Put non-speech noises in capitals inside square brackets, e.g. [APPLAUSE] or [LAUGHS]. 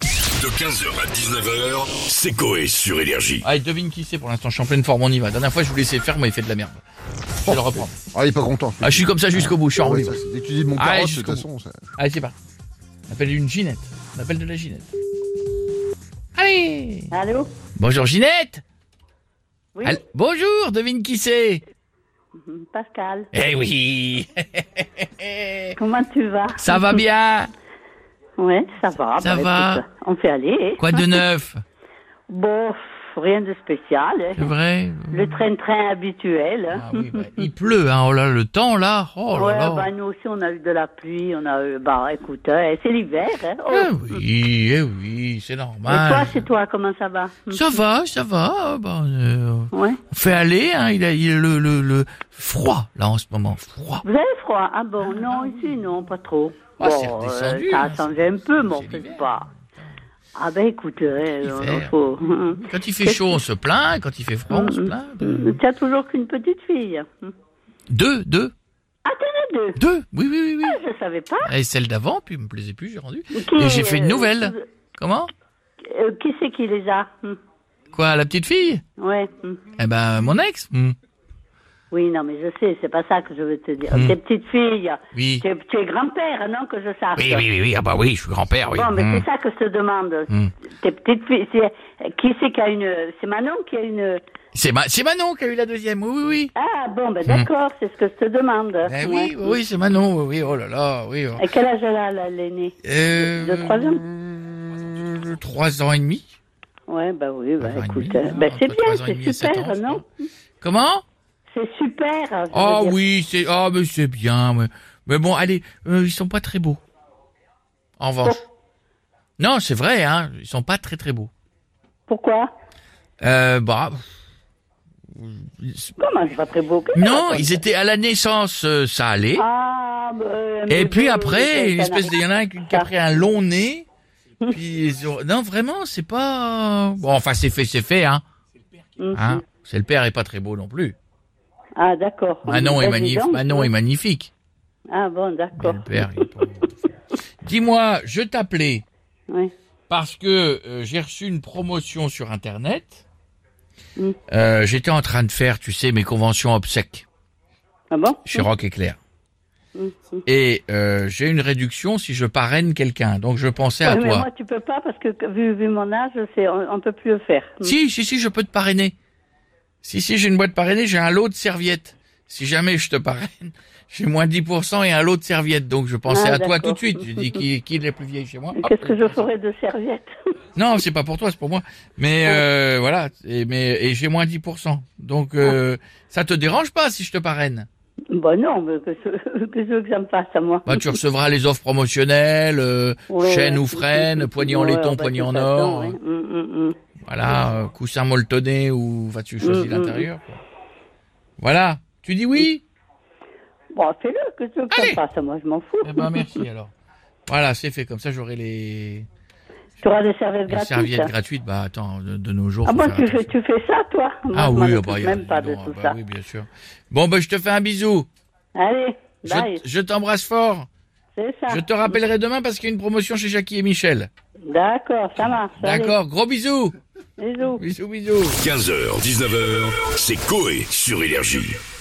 De 15h à 19h, c'est Coé sur Énergie. Allez, devine qui c'est pour l'instant, je suis en pleine forme, on y va. La dernière fois, je vous laissais faire, moi, il fait de la merde. Je vais le reprendre. Ah, il est pas content. Ah, je suis comme ça jusqu'au bout, je suis en roue Ouais, libre. ça, c'est- Dès que tu dis mon Ah, carotte, de jusqu'au toute façon, ça- Allez, c'est parti. On appelle une Ginette. On appelle de la Ginette. Allez Allô Bonjour Ginette Oui, Allô- Bonjour, devine qui c'est Pascal. Eh oui Comment tu vas Eh. Ça va bien Ouais, ça va. Ça Bah, va. écoute, on fait aller. Quoi de neuf Bon, pff, rien de spécial. hein. C'est vrai Le train-train habituel. hein. Ah oui, bah, il pleut, hein, oh là, le temps là, oh là ouais, là bah, nous aussi, on a eu de la pluie, on a eu, bah, écoute, hein, c'est l'hiver, hein. Oh. Eh oui, eh oui, c'est Et toi, normal. chez toi, comment ça va Hmm. Ça va, ça va, bah, euh, Ouais. On fait aller, hein, il a, il a le, le, le froid, là, en ce moment, froid. Vous avez froid Ah bon, non, ici, non, pas trop. Ah, c'est Bon, euh, redescendu, ça hein, a changé un peu, mais on c'est fait l'hiver. pas. Ah ben, écoute, hein, L'hiver. euh, faut... Quand il fait chaud, on se plaint, quand il fait froid, Euh, on se plaint. Hmm. Tu as toujours qu'une petite fille. Deux, deux, Ah, t'en as deux deux, oui, oui, oui, oui. Je savais pas. Et celle d'avant, puis elle me plaisait plus, j'ai rendu. Qui- Et j'ai fait une euh, nouvelle. Comment euh, qui c'est qui les a Hmm. Quoi, la petite fille Ouais. hmm. Eh ben, mon ex Hmm. Oui, non, mais je sais, c'est pas ça que je veux te dire. Hmm. Tes petites filles, Oui. tu es, tu es grand-père, hein, non, que je sache. Oui, oui, oui, oui, ah bah oui, je suis grand-père, oui. Bon, mais Hmm. c'est ça que je te demande. Tes petites filles, c'est- qui c'est qui a une... C'est Manon qui a une... C'est Ma- c'est Manon qui a eu la deuxième, oui, oui, oui. Ah, bon, ben d'accord, c'est ce que je te demande. Eh Ouais. Hmm. oui, oui, c'est Manon, oui, oui, oh là là, oui. oh. Et quel âge elle a, là, l'aînée Euh, de trois ans euh, Trois ans et demi Ouais, bah oui, bah, Trois ans et écoute, demi, euh, ben, entre c'est trois bien, ans et demi c'est et sept super, ans, je non crois. Comment C'est super. je veux Ah dire. oui, c'est ah mais c'est bien. Mais, mais bon, allez, euh, ils sont pas très beaux. En [LAUGHS] revanche. Non, c'est vrai, hein, ils sont pas très très beaux. Pourquoi Euh, bah, Comment je vais très beau Qu'est-ce que tu non, racontes ils étaient à la naissance, euh, ça allait. Ah, bah, euh, mais Et puis bon, après, c'est une espèce de, il y en a un qui qui a Ça. pris un long nez. Puis ils ont- non, vraiment, c'est pas bon. Enfin, c'est fait, c'est fait, hein. Mhm. hein c'est le père est pas très beau non plus. Ah, d'accord. Manon est Bah, dis magnifique. donc. Manon est magnifique. Ah, bon, Mais d'accord. le père, il est pas beau. Dis-moi, je t'appelais. Oui. parce que euh, j'ai reçu une promotion sur Internet. Mm. Euh, J'étais en train de faire, tu sais, mes conventions obsèques Ah bon chez Rock Éclair. Mm, mm. Et euh, j'ai une réduction si je parraine quelqu'un. Donc je pensais à Ouais, mais toi. moi, tu peux pas parce que vu, vu mon âge, c'est on, on peut plus le faire. Si, si, si, je peux te parrainer. Si, si, j'ai une boîte parrainée, j'ai un lot de serviettes. Si jamais je te parraine, [LAUGHS] j'ai moins 10% et un lot de serviettes. Donc je pensais Ah, à toi tout de d'accord. suite. J'ai dit, qui, qui est la plus vieille chez moi Mais Hop, Qu'est-ce que je prends ça. ferais de [LAUGHS] serviettes Non, c'est pas pour toi, c'est pour moi. Mais euh, voilà, et, mais et j'ai moins 10%. Donc euh, ça te dérange pas si je te parraine Bon, Bah, non, mais que ce que, ce que ça me fasse à moi. Bah tu recevras les offres promotionnelles, euh, Ouais, chaîne ouais. ou freine, poignée en Ouais, laiton, bah, poignée de toute en façon, or, ouais. Mm, mm, mm. voilà, euh, coussin molletonné ou enfin tu choisis Mm, mm. l'intérieur. quoi. Voilà, tu dis oui Bon, fais-le, que ce que ça Allez. me fasse à moi, je m'en fous. Eh ben merci alors. Voilà, c'est fait comme ça, j'aurais les, Tu auras des serviettes les gratuites. serviettes gratuites. Bah attends, de, de nos jours. Ah faut bon, faire tu fais, attention. tu fais ça, toi Moi, Ah je m'en oui, ah occupe bah, y a- même pas de non, tout bah ça. oui, bien sûr. Bon bah je te fais un bisou. Allez, Je- bye, je t'embrasse fort. c'est ça. Je te rappellerai demain parce qu'il y a une promotion chez Jackie et Michel. D'accord, ça marche. allez. D'accord, gros bisous. Bisous. Bisous, bisous. 15h, 19h, c'est Coé sur Énergie.